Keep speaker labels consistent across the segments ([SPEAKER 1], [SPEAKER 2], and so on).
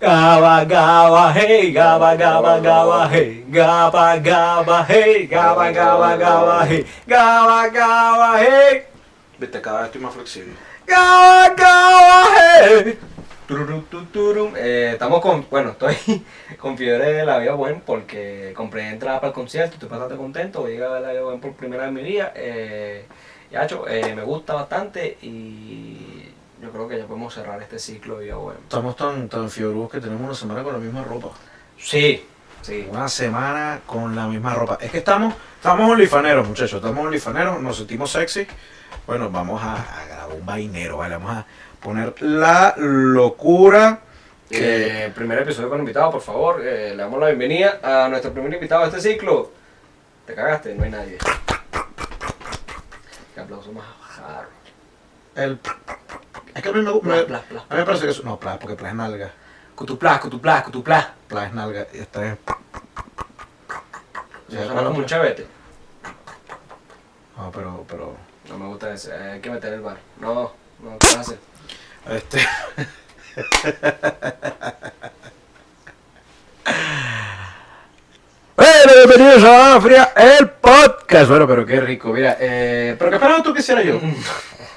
[SPEAKER 1] Gaba, gaba, hey, gaba, gaba, gaba, hey, gaba, gaba, hey, gaba, gaba, gaba, hey, gaba, gaba, hey,
[SPEAKER 2] Viste, cada vez estoy más flexible.
[SPEAKER 1] gaba, gaba, hey.
[SPEAKER 3] Tururum, tu, turum. Eh, estamos con, bueno, estoy con Fiebre de la Vía Buen porque compré entrada para el concierto, estoy bastante contento, voy a llegar a la Vía Buen por primera vez en mi vida. Eh, ya, cho, eh, me gusta bastante y yo creo que ya podemos cerrar este ciclo de Vía Buen.
[SPEAKER 4] Estamos tan, tan fiebrudos que tenemos una semana con la misma ropa.
[SPEAKER 3] Sí, sí.
[SPEAKER 4] Una semana con la misma ropa. Es que estamos, estamos olifaneros, muchachos. Estamos olifaneros, nos sentimos sexy. Bueno, vamos a, a grabar un vainero, ¿vale? Vamos a poner la locura. Que,
[SPEAKER 3] Eh, primer episodio con invitado, por favor, eh, le damos la bienvenida a nuestro primer invitado de este ciclo. Te cagaste, no hay nadie. Qué aplauso más jarro.
[SPEAKER 4] el, es que a mí me gusta.
[SPEAKER 3] Plas, plas, plas.
[SPEAKER 4] A mí me parece que eso. No, plas, porque plas es nalga.
[SPEAKER 3] Cutuplá, cutuplá, cutuplá.
[SPEAKER 4] Plas es nalga. y Esta es.
[SPEAKER 3] Eso suena como un chavete.
[SPEAKER 4] No, pero, pero.
[SPEAKER 3] No me gusta ese, eh, hay que meter el bar. No, no, ¿qué vas a hacer?
[SPEAKER 4] Este. bueno, bienvenidos a Fría, el podcast. Bueno, pero qué rico, mira. Eh, pero qué esperabas tú que hiciera yo. o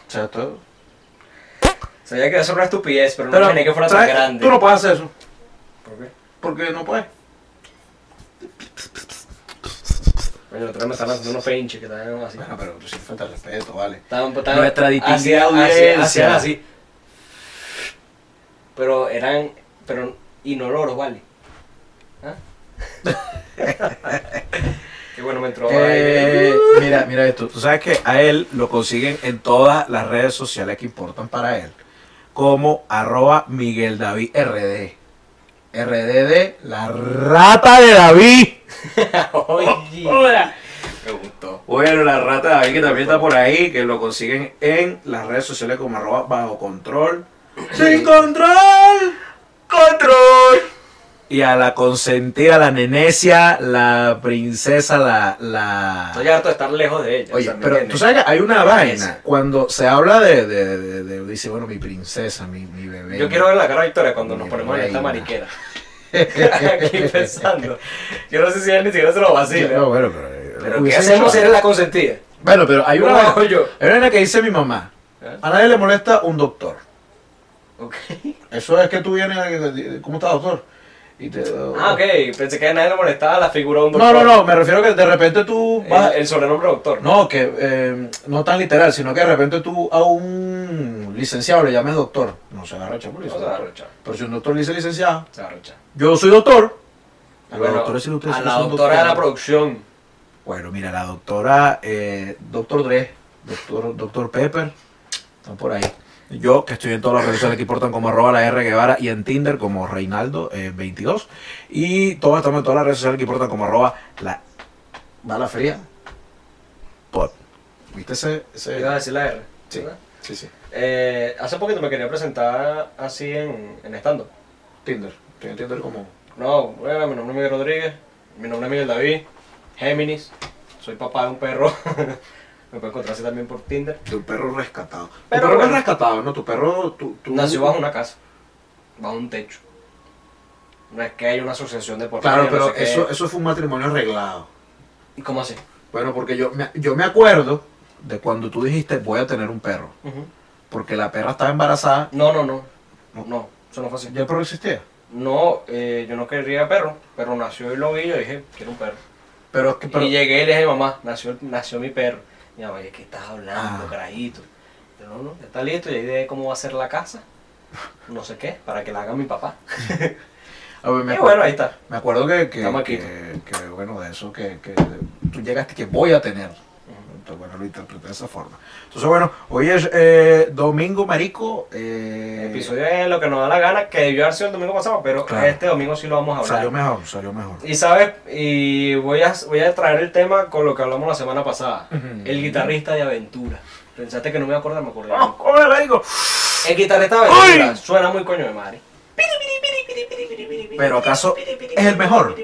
[SPEAKER 4] sea, todo.
[SPEAKER 3] Sabía que eso era una estupidez, pero no
[SPEAKER 4] Pero,
[SPEAKER 3] imaginé que fuera tan
[SPEAKER 4] ¿sabes?
[SPEAKER 3] grande.
[SPEAKER 4] Tú no puedes hacer eso.
[SPEAKER 3] ¿Por qué?
[SPEAKER 4] Porque no puedes.
[SPEAKER 3] Coño, el otro día me están haciendo unos pinches que estaban así.
[SPEAKER 4] Bueno, pero tú sí falta el respeto, vale.
[SPEAKER 3] Estaban, estaban
[SPEAKER 4] Nuestra distinguida
[SPEAKER 3] hacían-
[SPEAKER 4] audiencia.
[SPEAKER 3] hacían- hacían así. Pero eran, pero inoloros, ¿vale? ¿Ah? Qué bueno me entró
[SPEAKER 4] Eh,
[SPEAKER 3] aire.
[SPEAKER 4] mira, mira esto. Tú sabes que a él lo consiguen en todas las redes sociales que importan para él. Como arroba Miguel David RD. RD de la rata de David.
[SPEAKER 3] Oye, me gustó.
[SPEAKER 4] Bueno, la rata de David que también está por ahí, que lo consiguen en las redes sociales como arroba bajo control. ¡Sin control!
[SPEAKER 3] ¡Control!
[SPEAKER 4] Y a la consentida, la nenecia, la princesa, la... la...
[SPEAKER 3] Estoy harto de estar lejos de ella.
[SPEAKER 4] Oye,
[SPEAKER 3] o sea, ¿me
[SPEAKER 4] pero tú
[SPEAKER 3] entiendes?
[SPEAKER 4] sabes que hay una vaina.
[SPEAKER 3] Esa.
[SPEAKER 4] Cuando se habla de, de, de- de- dice, bueno, mi princesa, mi, mi bebé.
[SPEAKER 3] Yo
[SPEAKER 4] mi-
[SPEAKER 3] quiero ver la cara de Victoria cuando nos ponemos en esta
[SPEAKER 4] Reina.
[SPEAKER 3] mariquera. Aquí pensando. Yo no sé si él ni siquiera se lo vacila.
[SPEAKER 4] No, bueno, pero. eh,
[SPEAKER 3] Pero ¿qué
[SPEAKER 4] hubiese
[SPEAKER 3] hacemos
[SPEAKER 4] hecho-
[SPEAKER 3] si eres la consentida?
[SPEAKER 4] Bueno, pero hay una
[SPEAKER 3] ¿Cómo
[SPEAKER 4] vaina.
[SPEAKER 3] hago yo?
[SPEAKER 4] Hay una vaina que dice mi mamá.
[SPEAKER 3] ¿Eh?
[SPEAKER 4] A nadie le molesta un doctor.
[SPEAKER 3] Ok.
[SPEAKER 4] Eso es que tú vienes. a- ¿Cómo está, doctor? Y te.
[SPEAKER 3] Ah, ok. Pensé que a nadie le molestaba la figura de un
[SPEAKER 4] No,
[SPEAKER 3] doctor.
[SPEAKER 4] no, no. Me refiero que de repente tú
[SPEAKER 3] El-
[SPEAKER 4] vas. eh,
[SPEAKER 3] El, sobrenombre doctor.
[SPEAKER 4] No, que eh, no tan literal, sino que de repente tú a un licenciado le llames doctor. No se agarra chapulizo.
[SPEAKER 3] No se va a arrochar.
[SPEAKER 4] Pero si un doctor le dice licenciado,
[SPEAKER 3] Se va a arrochar.
[SPEAKER 4] Yo soy doctor.
[SPEAKER 3] Ah,
[SPEAKER 4] Pero
[SPEAKER 3] bueno,
[SPEAKER 4] doctora, si ustedes
[SPEAKER 3] a
[SPEAKER 4] no
[SPEAKER 3] la
[SPEAKER 4] son
[SPEAKER 3] doctora de la
[SPEAKER 4] doctores.
[SPEAKER 3] producción.
[SPEAKER 4] Bueno, mira, la doctora, eh, doctor Dre, doctor, doctor Pepper, están por ahí. Yo, que estoy en todas las redes sociales que importan como arroba la R Guevara y en Tinder como Reinaldo22. y todos estamos en todas las redes sociales que importan como arroba la bala fría. Pod. ¿Viste ese? ese?
[SPEAKER 3] Ibas a decir la R.
[SPEAKER 4] Sí.
[SPEAKER 3] ¿verdad?
[SPEAKER 4] Sí, sí.
[SPEAKER 3] Eh, hace poquito me quería presentar así en, en stand-up.
[SPEAKER 4] Tinder. Estoy en Tinder como...
[SPEAKER 3] No, bueno, mi nombre es Miguel Rodríguez, mi nombre es Miguel David, Géminis, soy papá de un perro. Me pueden encontrar así también por Tinder.
[SPEAKER 4] Tu perro rescatado.
[SPEAKER 3] Pero
[SPEAKER 4] tu perro no
[SPEAKER 3] bueno.
[SPEAKER 4] es rescatado, ¿no? Tu perro... Tu, tu...
[SPEAKER 3] Nació bajo una casa, bajo un techo. No es que haya una asociación de por
[SPEAKER 4] Claro,
[SPEAKER 3] medio, no
[SPEAKER 4] pero
[SPEAKER 3] sé qué.
[SPEAKER 4] eso, eso fue un matrimonio arreglado.
[SPEAKER 3] ¿Y cómo así?
[SPEAKER 4] Bueno, porque yo me, yo me acuerdo de cuando tú dijiste voy a tener un perro,
[SPEAKER 3] Ujú.
[SPEAKER 4] porque la perra estaba embarazada.
[SPEAKER 3] No, no, no. No, eso no fue así.
[SPEAKER 4] ¿Ya el perro existía?
[SPEAKER 3] No, eh, yo no quería perro, pero nació y lo vi y yo dije, quiero un perro.
[SPEAKER 4] Pero es que pero-
[SPEAKER 3] Y llegué y le dije, mamá, nació, el- nació mi perro. Mi mamá, ¿de qué estás hablando,
[SPEAKER 4] Ah.
[SPEAKER 3] carajito? Yo, no, no, ya está listo, ya ideé cómo va a ser la casa, no sé qué, para que la haga mi papá.
[SPEAKER 4] a ver, me,
[SPEAKER 3] Y
[SPEAKER 4] acuerdo,
[SPEAKER 3] bueno, ahí está.
[SPEAKER 4] me acuerdo que, que,
[SPEAKER 3] Estamos aquí.
[SPEAKER 4] que, que, bueno, de eso que, que tú llegaste que voy a tener. Entonces, bueno, lo interpreté de esa forma. Entonces, bueno, hoy es eh, Domingo Marico. eh,
[SPEAKER 3] Episodio es lo que nos da la gana, que debió haber sido el domingo pasado, pero
[SPEAKER 4] Claro.
[SPEAKER 3] este domingo sí lo vamos a
[SPEAKER 4] Salió
[SPEAKER 3] hablar.
[SPEAKER 4] mejor, salió mejor.
[SPEAKER 3] Y sabes, y voy a, voy a traer el tema con lo que hablamos la semana pasada,
[SPEAKER 4] Ujú.
[SPEAKER 3] el guitarrista de aventura. Pensaste que no me iba a acordar, me acordé.
[SPEAKER 4] ¡Oh, coño, marico!
[SPEAKER 3] El guitarrista de aventura suena muy coño de madre.
[SPEAKER 4] Pero acaso es el mejor.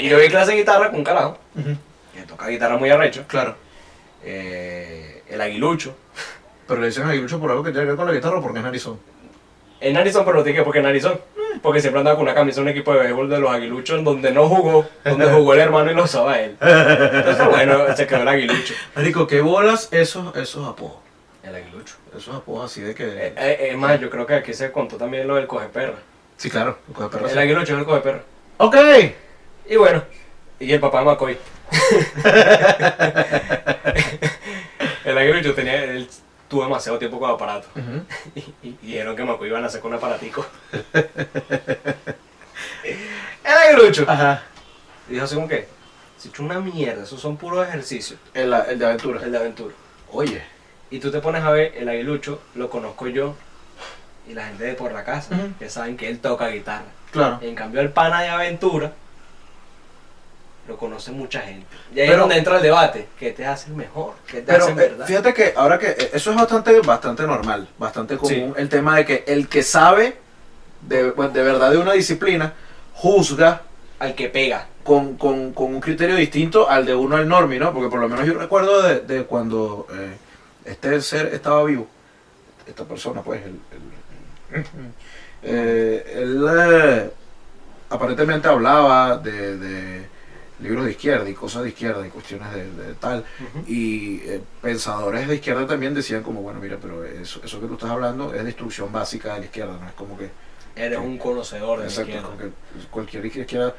[SPEAKER 3] Y yo vi clase de guitarra con un carajo,
[SPEAKER 4] Ujú,
[SPEAKER 3] que toca guitarra muy arrecho.
[SPEAKER 4] Claro.
[SPEAKER 3] eh, el aguilucho,
[SPEAKER 4] Pero le dicen aguilucho por algo que tiene que ver con la guitarra porque es narizón.
[SPEAKER 3] Es narizón, pero lo tiene que porque es narizón.
[SPEAKER 4] Mm.
[SPEAKER 3] Porque siempre andaba con una camisa en un equipo de béisbol de los aguiluchos donde no jugó, donde jugó el hermano y lo usaba él. Entonces, bueno, se quedó el aguilucho.
[SPEAKER 4] Marico, ¿qué bolas esos, esos apodos?
[SPEAKER 3] El aguilucho.
[SPEAKER 4] Esos apodos así de
[SPEAKER 3] Eh,
[SPEAKER 4] que...
[SPEAKER 3] eh, es más, yo creo que aquí se contó también lo del coge perra.
[SPEAKER 4] Sí, claro. los cogeperros.
[SPEAKER 3] El aguilucho es el coge perra.
[SPEAKER 4] ¡Ok!
[SPEAKER 3] Y bueno, y el papá de McCoy. el aguilucho tenía, él tuvo demasiado tiempo con aparato.
[SPEAKER 4] Ujú.
[SPEAKER 3] Y, y- y dijeron que McCoy iban a hacer con un aparatico. el aguilucho.
[SPEAKER 4] Ajá.
[SPEAKER 3] Y dijo así como que, si hecho una mierda, esos son puros ejercicios,
[SPEAKER 4] El, el de aventura.
[SPEAKER 3] el de aventura.
[SPEAKER 4] Oye.
[SPEAKER 3] Y tú te pones a ver el aguilucho, lo conozco yo y la gente de por la casa,
[SPEAKER 4] Ujú.
[SPEAKER 3] que saben que él toca guitarra.
[SPEAKER 4] Claro.
[SPEAKER 3] En cambio el pana de aventura lo conoce mucha gente. Y ahí
[SPEAKER 4] Pero-
[SPEAKER 3] es donde entra el debate, ¿qué te hace mejor? ¿Qué te
[SPEAKER 4] Pero
[SPEAKER 3] hace en
[SPEAKER 4] eh,
[SPEAKER 3] verdad?
[SPEAKER 4] fíjate que ahora que eh, eso es bastante, bastante normal, bastante común, el tema de que el que sabe de, pues, de verdad de una disciplina juzga
[SPEAKER 3] Al que pega.
[SPEAKER 4] con, con- con un criterio distinto al de uno al normi, ¿no? Porque por lo menos yo recuerdo de, de cuando eh, este ser estaba vivo, esta persona, pues, el, el- eh, él eh, aparentemente hablaba de, de libros de izquierda y cosas de izquierda y cuestiones de- de tal. Y eh, pensadores de izquierda también decían como, bueno, mira, pero eso, eso que tú estás hablando es destrucción básica de la izquierda, no es como que,
[SPEAKER 3] Eres un conocedor de la
[SPEAKER 4] exacto,
[SPEAKER 3] izquierda.
[SPEAKER 4] como que cualquier izquierda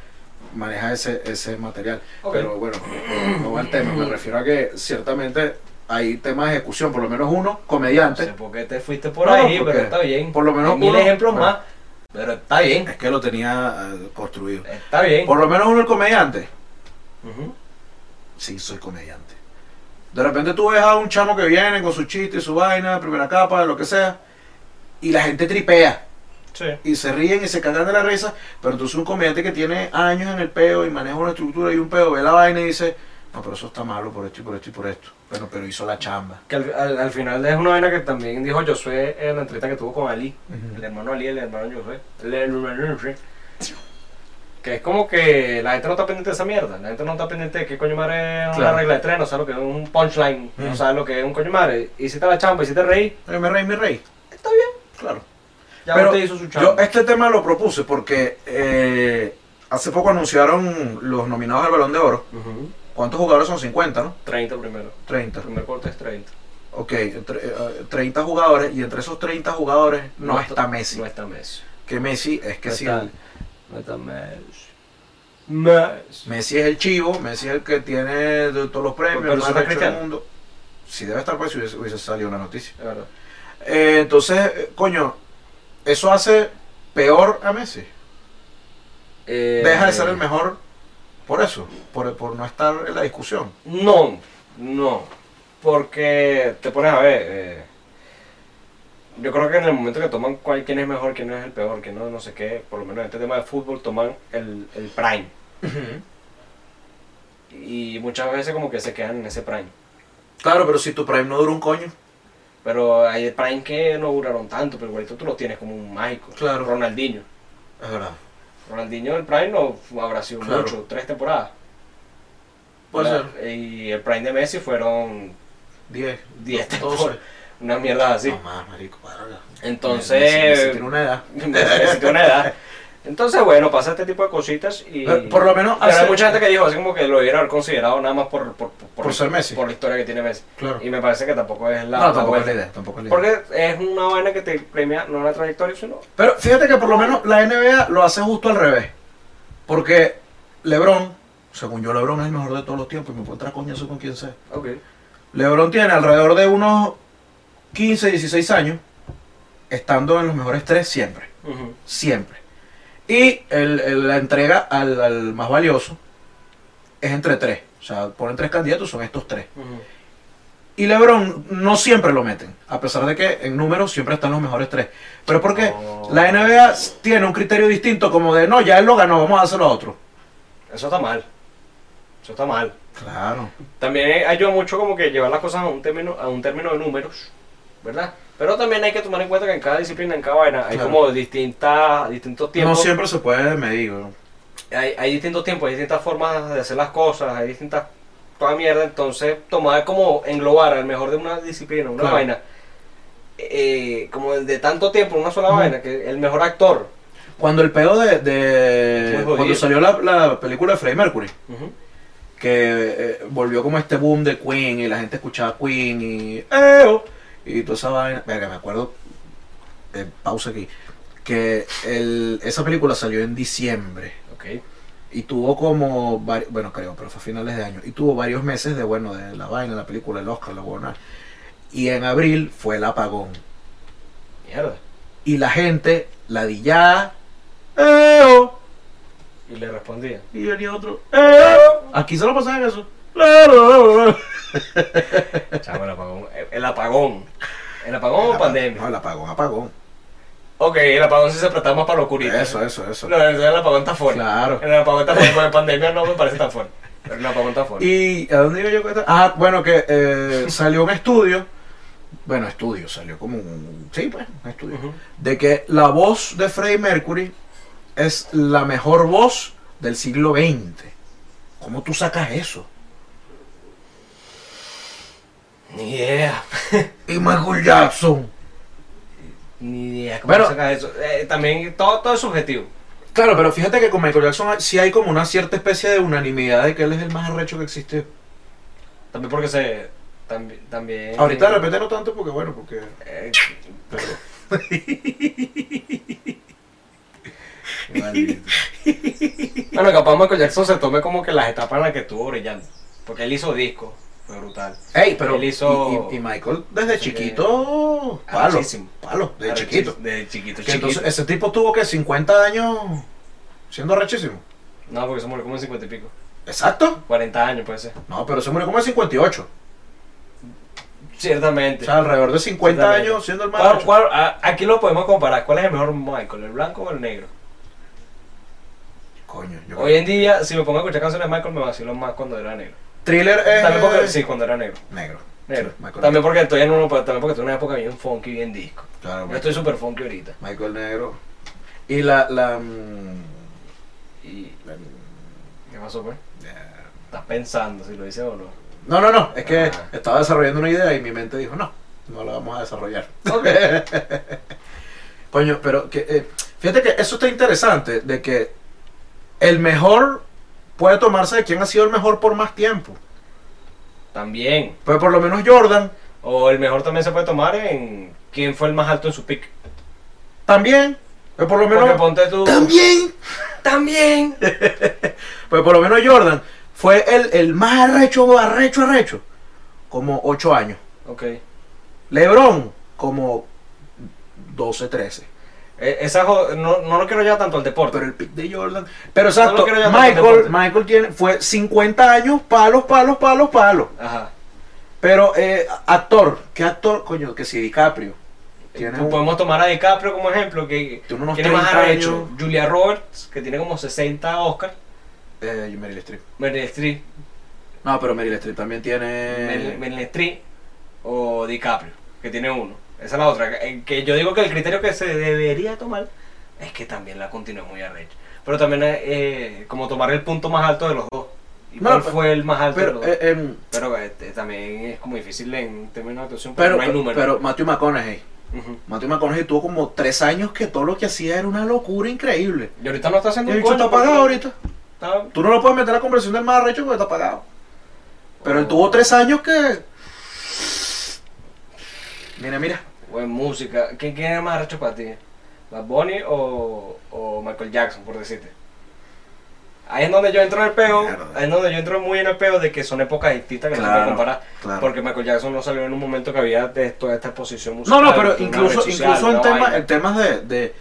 [SPEAKER 4] maneja ese, ese material.
[SPEAKER 3] Ok.
[SPEAKER 4] Pero bueno, no va el tema, me refiero a que ciertamente hay temas de ejecución, por lo menos uno,
[SPEAKER 3] No sé
[SPEAKER 4] comediante.
[SPEAKER 3] por qué te fuiste por
[SPEAKER 4] No,
[SPEAKER 3] ahí,
[SPEAKER 4] porque-
[SPEAKER 3] pero está bien.
[SPEAKER 4] por lo menos Ah.
[SPEAKER 3] Hay mil
[SPEAKER 4] uno-
[SPEAKER 3] ejemplos
[SPEAKER 4] bueno.
[SPEAKER 3] más, pero está bien.
[SPEAKER 4] Es que lo tenía eh, construido.
[SPEAKER 3] Está bien.
[SPEAKER 4] Por lo menos uno el comediante.
[SPEAKER 3] Ujú.
[SPEAKER 4] Sí, soy comediante. De repente tú ves a un chamo que viene con su chiste y su vaina, primera capa, lo que sea, y la gente tripea.
[SPEAKER 3] Sí.
[SPEAKER 4] y se ríen y se cagan de la risa, pero entonces un comediante que tiene años en el peo y maneja una estructura y un peo ve la vaina y dice, no, pero eso está malo por esto y por esto y por esto. Bueno, pero hizo la chamba.
[SPEAKER 3] Que al, al- al final es una vaina que también dijo Josué en la entrevista que tuvo con Ali, el hermano Ali, el hermano Josué, el hermano Josué. Que es como que la gente no está pendiente de esa mierda, la gente no está pendiente de qué coño madre es una
[SPEAKER 4] Claro.
[SPEAKER 3] regla de tren, no sabe lo que es un punchline,
[SPEAKER 4] Mm.
[SPEAKER 3] no sabe lo que es un coño madre. Hiciste la chamba, hiciste reír,
[SPEAKER 4] Oye, mi rey, mi rey.
[SPEAKER 3] está bien,
[SPEAKER 4] Claro.
[SPEAKER 3] ya
[SPEAKER 4] Pero
[SPEAKER 3] usted hizo su
[SPEAKER 4] Yo
[SPEAKER 3] chamba.
[SPEAKER 4] este tema lo propuse porque eh, hace poco anunciaron los nominados al Balón de Oro.
[SPEAKER 3] Ujú.
[SPEAKER 4] ¿Cuántos jugadores son? 50, ¿no?
[SPEAKER 3] 30 primero,
[SPEAKER 4] 30.
[SPEAKER 3] el primer corte es 30.
[SPEAKER 4] Ok, entre, eh, 30 jugadores y entre esos 30 jugadores no, está Messi.
[SPEAKER 3] No está Messi.
[SPEAKER 4] Que Messi es que
[SPEAKER 3] no
[SPEAKER 4] sí.
[SPEAKER 3] está, no está Messi. Messi.
[SPEAKER 4] Messi es el chivo, Messi es el que tiene de todos los premios,
[SPEAKER 3] Pero
[SPEAKER 4] el más
[SPEAKER 3] eso está
[SPEAKER 4] recho del
[SPEAKER 3] Cristiano.
[SPEAKER 4] mundo. Si debe estar, pues si hubiese, hubiese salido la noticia.
[SPEAKER 3] Es verdad.
[SPEAKER 4] Eh, entonces, eh, coño, eso hace peor a Messi.
[SPEAKER 3] Eh,
[SPEAKER 4] Deja de ser el mejor por eso, por, por no estar en la discusión.
[SPEAKER 3] No, no. Porque te pones a ver. eh, yo creo que en el momento que toman cuál, quién es mejor, quién es el peor, quién no, no sé qué, por lo menos en este tema de fútbol toman el, el prime. Y muchas veces como que se quedan en ese prime.
[SPEAKER 4] Claro, pero si tu prime no dura un coño.
[SPEAKER 3] Pero hay prime que no duraron tanto, pero igualito tú lo tienes como un mágico.
[SPEAKER 4] Claro.
[SPEAKER 3] Ronaldinho.
[SPEAKER 4] Es verdad.
[SPEAKER 3] Ronaldinho el prime no fu- habrá sido
[SPEAKER 4] Claro.
[SPEAKER 3] mucho, tres temporadas.
[SPEAKER 4] Puede
[SPEAKER 3] La- Y el prime de Messi fueron
[SPEAKER 4] 10.
[SPEAKER 3] 10
[SPEAKER 4] 12.
[SPEAKER 3] temporadas. Unas mierdas así.
[SPEAKER 4] No más, marico, verga.
[SPEAKER 3] Entonces-
[SPEAKER 4] Messi- Messi tiene una edad.
[SPEAKER 3] necesito una edad. Entonces, bueno, pasa este tipo de cositas y...
[SPEAKER 4] Pero, Eh, por lo menos
[SPEAKER 3] Pero
[SPEAKER 4] hace-
[SPEAKER 3] hay mucha gente que dijo así como que lo hubiera haber considerado nada más por... Por,
[SPEAKER 4] Por ser Messi.
[SPEAKER 3] Por la historia que tiene Messi.
[SPEAKER 4] Claro.
[SPEAKER 3] Y me parece que tampoco es la...
[SPEAKER 4] no, tampoco
[SPEAKER 3] la
[SPEAKER 4] es la
[SPEAKER 3] buena.
[SPEAKER 4] idea, tampoco es la idea.
[SPEAKER 3] Porque es una vaina que te premia no la trayectoria, sino...
[SPEAKER 4] Pero fíjate que por lo menos la NBA lo hace justo al revés. Porque LeBron, según yo, LeBron es el mejor de todos los tiempos y me puedo entrar coñazo con quien sea.
[SPEAKER 3] Ok.
[SPEAKER 4] LeBron tiene alrededor de unos 15, 16 años, estando en los mejores tres siempre. Siempre. Y el- el- la entrega al, al más valioso es entre tres. O sea, ponen tres candidatos, son estos tres. Y LeBron no siempre lo meten, a pesar de que en números siempre están los mejores tres. Pero es porque
[SPEAKER 3] Oh.
[SPEAKER 4] la NBA tiene un criterio distinto, como de no, ya él lo ganó, vamos a hacerlo a otro.
[SPEAKER 3] Eso está mal. Eso está mal.
[SPEAKER 4] Claro.
[SPEAKER 3] También eh, ayuda mucho como que llevar las cosas a un término, a un término de números, ¿verdad? Pero también hay que tomar en cuenta que en cada disciplina, en cada vaina, hay
[SPEAKER 4] Claro.
[SPEAKER 3] como distintas, distintos tiempos.
[SPEAKER 4] No siempre se puede medir. ¿no?
[SPEAKER 3] hay, hay distintos tiempos, hay distintas formas de hacer las cosas, hay distintas toda mierda, entonces tomar como englobar al mejor de una disciplina, una
[SPEAKER 4] Claro.
[SPEAKER 3] vaina, eh, como de tanto tiempo en una sola vaina, que el mejor actor.
[SPEAKER 4] Cuando el pedo de.
[SPEAKER 3] Muy
[SPEAKER 4] de
[SPEAKER 3] jodido.
[SPEAKER 4] cuando salió la, la película de Freddie Mercury, que eh, volvió como este boom de Queen y la gente escuchaba Queen y. "Eo", Y toda esa vaina. Verga, me acuerdo. eh, pausa aquí. Que el- esa película salió en diciembre.
[SPEAKER 3] Ok.
[SPEAKER 4] Y tuvo como, vari- bueno, creo, pero fue a finales de año. Y tuvo varios meses de, bueno, de la vaina, la película, el Oscar, la buena. Y en abril fue el apagón.
[SPEAKER 3] Mierda.
[SPEAKER 4] Y la gente, ladillada, ¡Eo!
[SPEAKER 3] Y le respondía.
[SPEAKER 4] Y venía otro, ¡Eo! Aquí se lo pasan en eso. ¡Claro!
[SPEAKER 3] Chamo, el apagón. El apagón. ¿El apagón o pandemia?
[SPEAKER 4] No, el apagón, apagón.
[SPEAKER 3] Ok, el apagón sí se prestaba más para locurita.
[SPEAKER 4] Eso, eso, eso.
[SPEAKER 3] No, entonces el apagón está fuerte.
[SPEAKER 4] Claro.
[SPEAKER 3] El apagón está fuerte, porque pandemia no me parece tan fuerte. Pero el apagón está fuerte.
[SPEAKER 4] ¿Y a dónde iba yo? con esta? Ah, bueno, que eh, salió un estudio. Bueno, estudio, salió como un. Sí, pues, un estudio.
[SPEAKER 3] Ujú.
[SPEAKER 4] de que la voz de Freddie Mercury es la mejor voz del siglo XX. ¿Cómo tú sacas eso?
[SPEAKER 3] Ni idea.
[SPEAKER 4] Y Michael Jackson.
[SPEAKER 3] Ni idea. ¿Cómo
[SPEAKER 4] Bueno.
[SPEAKER 3] sacas eso? Eh, también todo, todo es subjetivo.
[SPEAKER 4] Claro, pero fíjate que con Michael Jackson sí hay como una cierta especie de unanimidad de que él es el más arrecho que existe.
[SPEAKER 3] También porque se. También. también
[SPEAKER 4] Ahorita de repente no tanto porque bueno, porque...
[SPEAKER 3] Eh,
[SPEAKER 4] pero-
[SPEAKER 3] bueno, capaz Michael Jackson se tome como que las etapas en las que estuvo brillando. Porque él hizo disco. Fue brutal.
[SPEAKER 4] Ey, pero...
[SPEAKER 3] Él hizo- Ah,
[SPEAKER 4] y- y, y Michael desde
[SPEAKER 3] Así
[SPEAKER 4] chiquito... Palo,
[SPEAKER 3] Arrechísimo.
[SPEAKER 4] palo, desde
[SPEAKER 3] Ahora,
[SPEAKER 4] chiquito.
[SPEAKER 3] chi- De chiquito,
[SPEAKER 4] Que
[SPEAKER 3] chiquito.
[SPEAKER 4] entonces ese tipo tuvo que 50 años siendo arrechísimo.
[SPEAKER 3] No, porque se murió como en 50 y pico.
[SPEAKER 4] Exacto.
[SPEAKER 3] 40 años puede ser.
[SPEAKER 4] No, pero se murió como en 58. O
[SPEAKER 3] Ciertamente.
[SPEAKER 4] sea, alrededor de 50
[SPEAKER 3] Exactamente.
[SPEAKER 4] años siendo el más
[SPEAKER 3] ¿Cuál-
[SPEAKER 4] arrecho.
[SPEAKER 3] cuál- a- aquí lo podemos comparar. ¿Cuál es el mejor Michael, el blanco o el negro?
[SPEAKER 4] Coño, yo
[SPEAKER 3] Hoy en día, si me pongo a escuchar canciones de Michael, me vacilo más cuando era negro.
[SPEAKER 4] Thriller es
[SPEAKER 3] También porque, sí, cuando era negro.
[SPEAKER 4] negro.
[SPEAKER 3] Negro.
[SPEAKER 4] Sí, Eh. Michael
[SPEAKER 3] también, porque estoy en uno, pues, también porque estoy en una época bien funky, bien disco.
[SPEAKER 4] Claro,
[SPEAKER 3] Yo estoy súper funky ahorita.
[SPEAKER 4] Michael Negro. Y la la mm,
[SPEAKER 3] ¿Y
[SPEAKER 4] la- mm,
[SPEAKER 3] qué pasó, pues?
[SPEAKER 4] eh,
[SPEAKER 3] Estás pensando si lo dices o no.
[SPEAKER 4] No, no, no, es que
[SPEAKER 3] Ah.
[SPEAKER 4] estaba desarrollando una idea y mi mente dijo, "No, no la vamos a desarrollar."
[SPEAKER 3] Ok.
[SPEAKER 4] Coño, pero que eh, fíjate que eso está interesante de que el mejor puede tomarse de quién ha sido el mejor por más tiempo.
[SPEAKER 3] También.
[SPEAKER 4] Pues por lo menos Jordan
[SPEAKER 3] O el mejor también se puede tomar en quién fue el más alto en su pick.
[SPEAKER 4] también, pues por lo
[SPEAKER 3] Porque
[SPEAKER 4] menos
[SPEAKER 3] ponte tú.
[SPEAKER 4] también
[SPEAKER 3] También.
[SPEAKER 4] Pues por lo menos Jordan fue el, el más arrecho, arrecho, arrecho. Como 8 años.
[SPEAKER 3] Ok. E-
[SPEAKER 4] Lebron, como 12, 13.
[SPEAKER 3] E, Esa, jo- no, no lo quiero llevar tanto al deporte.
[SPEAKER 4] Pero el pick de Jordan. Pero
[SPEAKER 3] No lo
[SPEAKER 4] exacto,
[SPEAKER 3] quiero llamar
[SPEAKER 4] Michael,
[SPEAKER 3] deporte.
[SPEAKER 4] Michael tiene, fue 50 años, palos, palos, palos, palos.
[SPEAKER 3] Ajá.
[SPEAKER 4] Pero eh, actor, ¿qué actor? Coño, que si DiCaprio. Tiene un-
[SPEAKER 3] Podemos tomar a DiCaprio como ejemplo, que
[SPEAKER 4] Tiene unos
[SPEAKER 3] tiene más
[SPEAKER 4] 30
[SPEAKER 3] arrecho.
[SPEAKER 4] años.
[SPEAKER 3] Julia Roberts, que tiene como 60 Oscar.
[SPEAKER 4] eh, y Meryl Streep.
[SPEAKER 3] Meryl Streep.
[SPEAKER 4] No, pero Meryl Streep también tiene.
[SPEAKER 3] Meryl- Meryl Streep o DiCaprio, que tiene uno. Esa es la otra. Que, que yo digo que el criterio que se debería tomar es que también la continúe muy arrecha. Pero también es eh, como tomar el punto más alto de los dos. ¿Y
[SPEAKER 4] No,
[SPEAKER 3] cuál
[SPEAKER 4] pero-
[SPEAKER 3] fue el más alto de
[SPEAKER 4] Pero,
[SPEAKER 3] los
[SPEAKER 4] eh,
[SPEAKER 3] dos?
[SPEAKER 4] em,
[SPEAKER 3] Pero este, también es como difícil en términos de actuación, pero,
[SPEAKER 4] pero,
[SPEAKER 3] no hay número.
[SPEAKER 4] pero Matthew McConaughey.
[SPEAKER 3] Ujú.
[SPEAKER 4] Matthew McConaughey tuvo como tres años que todo lo que hacía era una locura increíble.
[SPEAKER 3] Y ahorita no está
[SPEAKER 4] Y
[SPEAKER 3] haciendo
[SPEAKER 4] el
[SPEAKER 3] un
[SPEAKER 4] bicho
[SPEAKER 3] coño
[SPEAKER 4] está apagado
[SPEAKER 3] porque
[SPEAKER 4] ahorita.
[SPEAKER 3] está-
[SPEAKER 4] Tú no lo puedes meter a la conversión del más arrecho porque está apagado. Pero él tuvo tres años que. Mira, mira.
[SPEAKER 3] O en música. ¿Quién, quién es más arrecho para ti? ¿Bad Bunny o, o Michael Jackson, por decirte? Ahí es donde yo entro en el peo,
[SPEAKER 4] Mierda.
[SPEAKER 3] ahí es donde yo entro muy en el peo de que son épocas distintas que no se
[SPEAKER 4] Claro,
[SPEAKER 3] pueden comparar.
[SPEAKER 4] claro.
[SPEAKER 3] Porque Michael Jackson no salió en un momento que había de toda esta exposición
[SPEAKER 4] No,
[SPEAKER 3] musical.
[SPEAKER 4] no, pero
[SPEAKER 3] una
[SPEAKER 4] incluso,
[SPEAKER 3] red social,
[SPEAKER 4] incluso en,
[SPEAKER 3] una
[SPEAKER 4] tema-
[SPEAKER 3] vaina.
[SPEAKER 4] en temas de, de-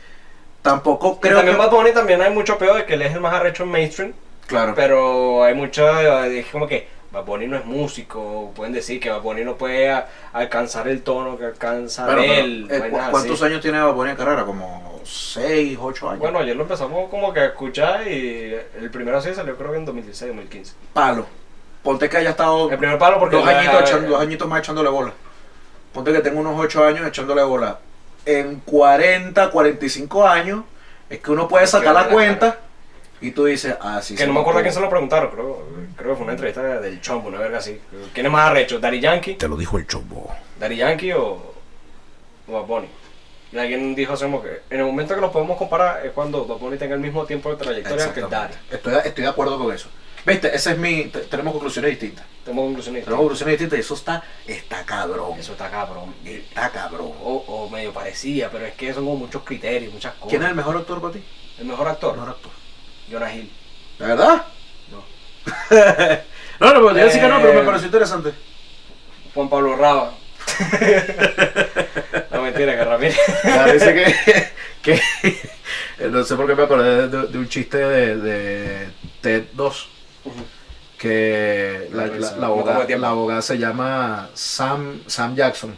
[SPEAKER 4] Tampoco
[SPEAKER 3] Y
[SPEAKER 4] creo
[SPEAKER 3] también
[SPEAKER 4] que.
[SPEAKER 3] Bad Bunny también hay mucho peo de que él es el más arrecho en mainstream,
[SPEAKER 4] Claro.
[SPEAKER 3] pero hay mucha, es como que Bad Bunny no es músico, pueden decir que Bad Bunny no puede a- alcanzar el tono que alcanza
[SPEAKER 4] Claro, pero,
[SPEAKER 3] él.
[SPEAKER 4] eh,
[SPEAKER 3] vainas
[SPEAKER 4] ¿cu-
[SPEAKER 3] así.
[SPEAKER 4] ¿Cuántos años tiene Bad Bunny en carrera? Como seis, ocho años.
[SPEAKER 3] Bueno, ayer lo empezamos como que a escuchar y el primero sí salió creo que en 2016, 2015.
[SPEAKER 4] palo. Ponte que haya estado
[SPEAKER 3] El primer palo porque...
[SPEAKER 4] dos,
[SPEAKER 3] la-
[SPEAKER 4] añitos echando- dos añitos más echándole bola. Ponte que tengo unos 8 años echándole bola. En 40, 45 años es que uno puede
[SPEAKER 3] Es que
[SPEAKER 4] sacar la
[SPEAKER 3] vale la
[SPEAKER 4] cuenta y tú dices, ah, sí.
[SPEAKER 3] Que no me acuerdo a quién se lo preguntaron, creo, creo que fue una entrevista del Chombo, una verga así. ¿Quién es más arrecho, Daddy Yankee?
[SPEAKER 4] Te lo dijo el chombo.
[SPEAKER 3] ¿Daddy Yankee o, o Bad Bunny. Y alguien dijo hace poco que en el momento que los podemos comparar es cuando Bad Bunny tenga el mismo tiempo de trayectoria que Daddy.
[SPEAKER 4] Exactamente.
[SPEAKER 2] Estoy, estoy de acuerdo con eso. Viste, esa es mi. te- tenemos conclusiones distintas.
[SPEAKER 3] Tenemos conclusiones.
[SPEAKER 2] Tenemos conclusiones distintas y eso está. Está cabrón.
[SPEAKER 3] Eso está cabrón.
[SPEAKER 2] Está cabrón.
[SPEAKER 3] O, o medio parecía, pero es que son como muchos criterios, muchas cosas.
[SPEAKER 2] ¿Quién es el mejor actor para ti?
[SPEAKER 3] El mejor actor?
[SPEAKER 2] Mejor actor.
[SPEAKER 3] Jonah Hill.
[SPEAKER 2] ¿De verdad?
[SPEAKER 3] No.
[SPEAKER 2] No, no, pero te iba a decir que no, pero me
[SPEAKER 3] Eh,
[SPEAKER 2] pareció interesante.
[SPEAKER 3] Juan Pablo Raba. no mentira, que Ramírez.
[SPEAKER 2] Parece que, que- eh, no sé por qué me acordé de, de- de un chiste de, de TED 2 que la, la- la
[SPEAKER 3] No
[SPEAKER 2] abogada,
[SPEAKER 3] tengo tiempo.
[SPEAKER 2] la abogada se llama Sam, Sam Jackson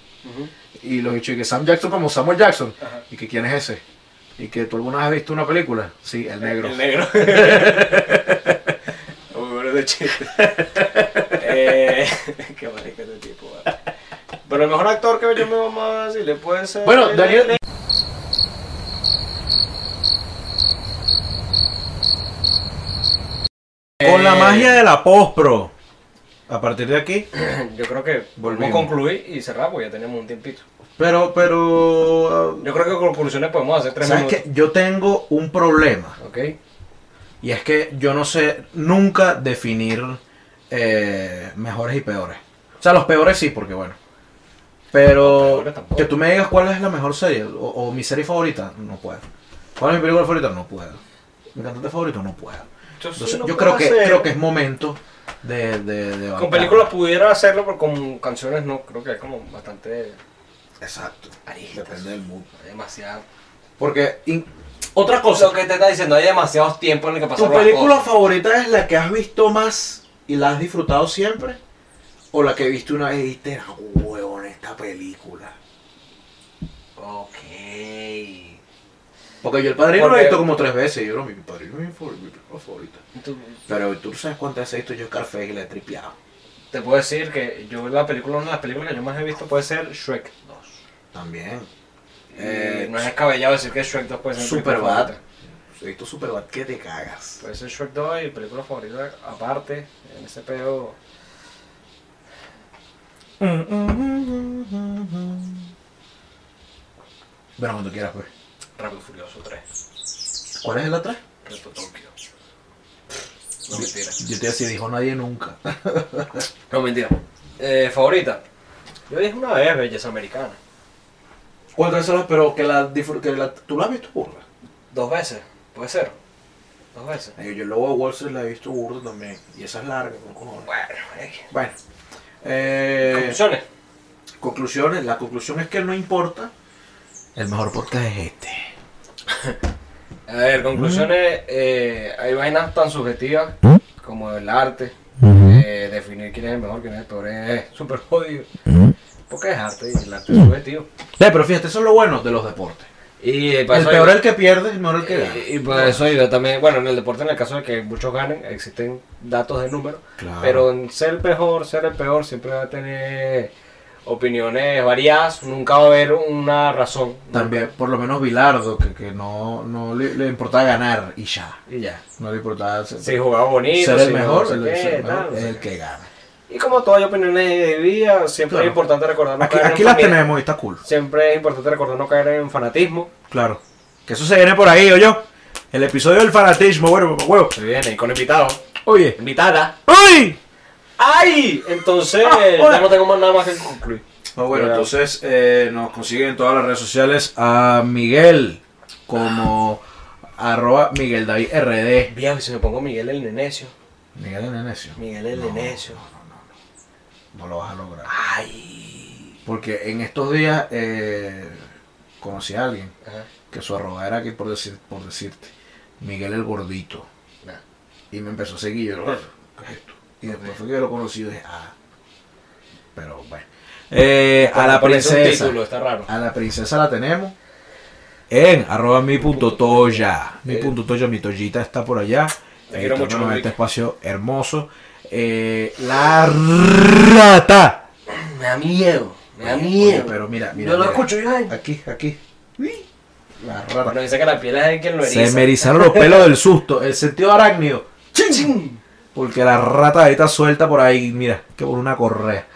[SPEAKER 2] y los dicho que Sam Jackson como Samuel Jackson
[SPEAKER 3] Ajá.
[SPEAKER 2] y que quién es ese y que tú alguna vez has visto una película sí el negro
[SPEAKER 3] El negro. Muy bueno ese chiste. eh, qué marica este tipo. vale. Pero el mejor actor que yo me voy a decirle puede ser.
[SPEAKER 2] bueno Daniel
[SPEAKER 4] Con
[SPEAKER 2] Eh,
[SPEAKER 4] la magia de la postpro. A partir de aquí.
[SPEAKER 3] Yo creo que volvemos a
[SPEAKER 4] Volvimos.
[SPEAKER 3] concluir y cerrar, porque ya tenemos un tiempito.
[SPEAKER 4] Pero, pero.
[SPEAKER 3] Yo creo que conclusiones podemos hacer tres
[SPEAKER 4] ¿Sabes
[SPEAKER 3] minutos.
[SPEAKER 4] qué? Yo tengo un problema.
[SPEAKER 3] Ok.
[SPEAKER 4] Y es que yo no sé nunca definir eh, mejores y peores. O sea, los peores sí, porque bueno.
[SPEAKER 3] Los
[SPEAKER 4] Pero
[SPEAKER 3] peores tampoco.
[SPEAKER 4] que tú me digas cuál es la mejor serie o, o mi serie favorita, no puedo. ¿Cuál es mi película favorita? No puedo. Mi cantante favorito, no puedo. Entonces,
[SPEAKER 3] sí lo
[SPEAKER 4] yo
[SPEAKER 3] puedo
[SPEAKER 4] creo que,
[SPEAKER 3] hacer.
[SPEAKER 4] creo que es momento de... de, de
[SPEAKER 3] Con
[SPEAKER 4] bancar.
[SPEAKER 3] películas pudiera hacerlo, pero con canciones no. Creo que es como bastante
[SPEAKER 4] Exacto.
[SPEAKER 3] aristas.
[SPEAKER 4] del mood.
[SPEAKER 3] Hay demasiado.
[SPEAKER 4] Porque in-
[SPEAKER 3] Otra cosa. Lo que te está diciendo, hay demasiados tiempos en el que
[SPEAKER 4] ¿Tu
[SPEAKER 3] pasaron las
[SPEAKER 4] película
[SPEAKER 3] cosas.
[SPEAKER 4] favorita es la que has visto más y la has disfrutado siempre? ¿O la que viste una vez y dijiste, "Ah, huevón, esta película?
[SPEAKER 3] Ok.
[SPEAKER 4] Porque yo el padrino lo
[SPEAKER 3] Porque-
[SPEAKER 4] he visto como tres veces. Y yo, no, mi padrino es mi, favor- mi película favorita.
[SPEAKER 3] Tú-
[SPEAKER 4] Pero tú sabes cuántas veces he visto yo Scarface y la he tripeado.
[SPEAKER 3] Te puedo decir que yo la película, una de las películas que yo más he visto puede ser Shrek 2.
[SPEAKER 4] También.
[SPEAKER 3] Y
[SPEAKER 4] Eh,
[SPEAKER 3] no es descabellado decir que Shrek 2 puede ser mi película
[SPEAKER 4] Superbad.
[SPEAKER 3] favorita.
[SPEAKER 4] He visto Superbad que te cagas.
[SPEAKER 3] Puede ser Shrek 2 y película favorita aparte, en ese pedo.
[SPEAKER 4] Bueno, cuando quieras, pues.
[SPEAKER 3] Rápido y Furioso 3.
[SPEAKER 4] ¿Cuál es el atrás?
[SPEAKER 3] Reto Tokio. No mentira.
[SPEAKER 4] Yo te decía, dijo nadie nunca.
[SPEAKER 3] No mentira. Eh, favorita. Yo dije una vez Belleza Americana.
[SPEAKER 4] ¿Cuántas veces lo- pero que la, disfr- que la tú la has visto burda?
[SPEAKER 3] Dos veces, puede ser. Dos veces.
[SPEAKER 4] Yo, yo luego a Wall Street la he visto burda también. Y esa es larga, con cojones.
[SPEAKER 3] Bueno, X.
[SPEAKER 4] Bueno. Eh,
[SPEAKER 3] Conclusiones.
[SPEAKER 4] conclusiones. La conclusión es que no importa. El mejor podcast es este.
[SPEAKER 3] A ver, conclusiones, eh, hay vainas tan subjetivas como el arte, eh, definir quién es el mejor, quién es el peor, es súper jodido, porque es arte y el arte es subjetivo.
[SPEAKER 4] Eh, pero fíjate, eso es lo bueno de los deportes.
[SPEAKER 3] Y eh, para
[SPEAKER 4] El
[SPEAKER 3] eso
[SPEAKER 4] peor es
[SPEAKER 3] hay-
[SPEAKER 4] el que pierde, el mejor el que gana.
[SPEAKER 3] eh, Y para eso ayuda también, bueno, en el deporte, en el caso de que muchos ganen, existen datos de números,
[SPEAKER 4] Claro.
[SPEAKER 3] pero en ser el mejor, ser el peor, siempre va a tener opiniones variadas, nunca va a haber una razón.
[SPEAKER 4] También, por lo menos Bilardo, que, que no, no le, le importaba ganar y ya.
[SPEAKER 3] Y ya.
[SPEAKER 4] No le importaba ser,
[SPEAKER 3] Si jugaba bonito,
[SPEAKER 4] ser
[SPEAKER 3] pues, si
[SPEAKER 4] el
[SPEAKER 3] no
[SPEAKER 4] mejor,
[SPEAKER 3] sé
[SPEAKER 4] el,
[SPEAKER 3] qué,
[SPEAKER 4] ser el mejor
[SPEAKER 3] tal, pues. no
[SPEAKER 4] es
[SPEAKER 3] sé
[SPEAKER 4] el
[SPEAKER 3] qué.
[SPEAKER 4] que gana.
[SPEAKER 3] Y como todas las opiniones de vida, siempre
[SPEAKER 4] Claro.
[SPEAKER 3] es importante recordar no
[SPEAKER 4] Aquí,
[SPEAKER 3] caer
[SPEAKER 4] aquí
[SPEAKER 3] en
[SPEAKER 4] las
[SPEAKER 3] fanatismo.
[SPEAKER 4] tenemos y está cool.
[SPEAKER 3] Siempre es importante recordar no caer en fanatismo.
[SPEAKER 4] Claro. Que eso se viene por ahí, oye. El episodio del fanatismo, bueno, papá huevo.
[SPEAKER 3] Se viene, y con invitados.
[SPEAKER 4] Oye.
[SPEAKER 3] Invitada.
[SPEAKER 4] ¡Uy!
[SPEAKER 3] ¡Ay! Entonces,
[SPEAKER 4] Ah, hola.
[SPEAKER 3] ya no tengo más nada más que concluir.
[SPEAKER 4] Bueno, bueno, entonces eh, nos consiguen en todas las redes sociales a Miguel como arroba Miguel David RD.
[SPEAKER 3] Viejo, y si me pongo Miguel el Nenecio.
[SPEAKER 4] Miguel el Nenecio.
[SPEAKER 3] Miguel el
[SPEAKER 4] No,
[SPEAKER 3] Nenecio.
[SPEAKER 4] No lo vas a lograr.
[SPEAKER 3] ¡Ay!
[SPEAKER 4] Porque en estos días eh, conocí a alguien
[SPEAKER 3] Ajá.
[SPEAKER 4] que su arroba era que por, decir, por decirte, Miguel el Gordito.
[SPEAKER 3] Nah.
[SPEAKER 4] Y me empezó a seguir. Yo, ¿qué es esto? Y después fue que lo conocí y dije, ah. Pero bueno. Eh, a la
[SPEAKER 3] Parece un
[SPEAKER 4] princesa.
[SPEAKER 3] título, está raro.
[SPEAKER 4] A la princesa la tenemos en arroba mi punto toya. Mi punto toya, mi toyita está por allá.
[SPEAKER 3] Eh. Te quiero
[SPEAKER 4] Eh,
[SPEAKER 3] mucho,
[SPEAKER 4] tomando
[SPEAKER 3] Enrique.
[SPEAKER 4] Este espacio hermoso. Eh, la rata.
[SPEAKER 3] Me da miedo. Me da
[SPEAKER 4] Oye,
[SPEAKER 3] miedo.
[SPEAKER 4] pero mira, mira,
[SPEAKER 3] Yo lo
[SPEAKER 4] mira.
[SPEAKER 3] escucho yo. ay.
[SPEAKER 4] Aquí, aquí. La
[SPEAKER 3] Bueno,
[SPEAKER 4] rata.
[SPEAKER 3] dice que la piel es el que lo
[SPEAKER 4] Se
[SPEAKER 3] eriza.
[SPEAKER 4] me erizaron los pelos del susto. El sentido arácnido.
[SPEAKER 3] ¡Chin!
[SPEAKER 4] Porque la rata ahorita suelta por ahí, mira, que por una correa.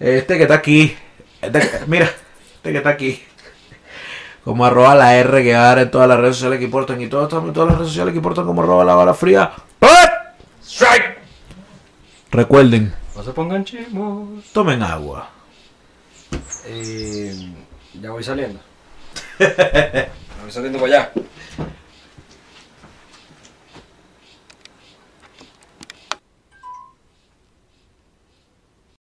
[SPEAKER 4] Este que está aquí. este que- mira, este que está aquí. como arroba la R Guevara en todas las redes sociales que importan. Y todos estamos en todas las redes sociales que importan como arroba la bala fría. ¡Pot!
[SPEAKER 3] ¡Strike!
[SPEAKER 4] Recuerden,
[SPEAKER 3] No se pongan chemos.
[SPEAKER 4] tomen agua.
[SPEAKER 3] Eh, ya voy saliendo. ya voy saliendo para allá.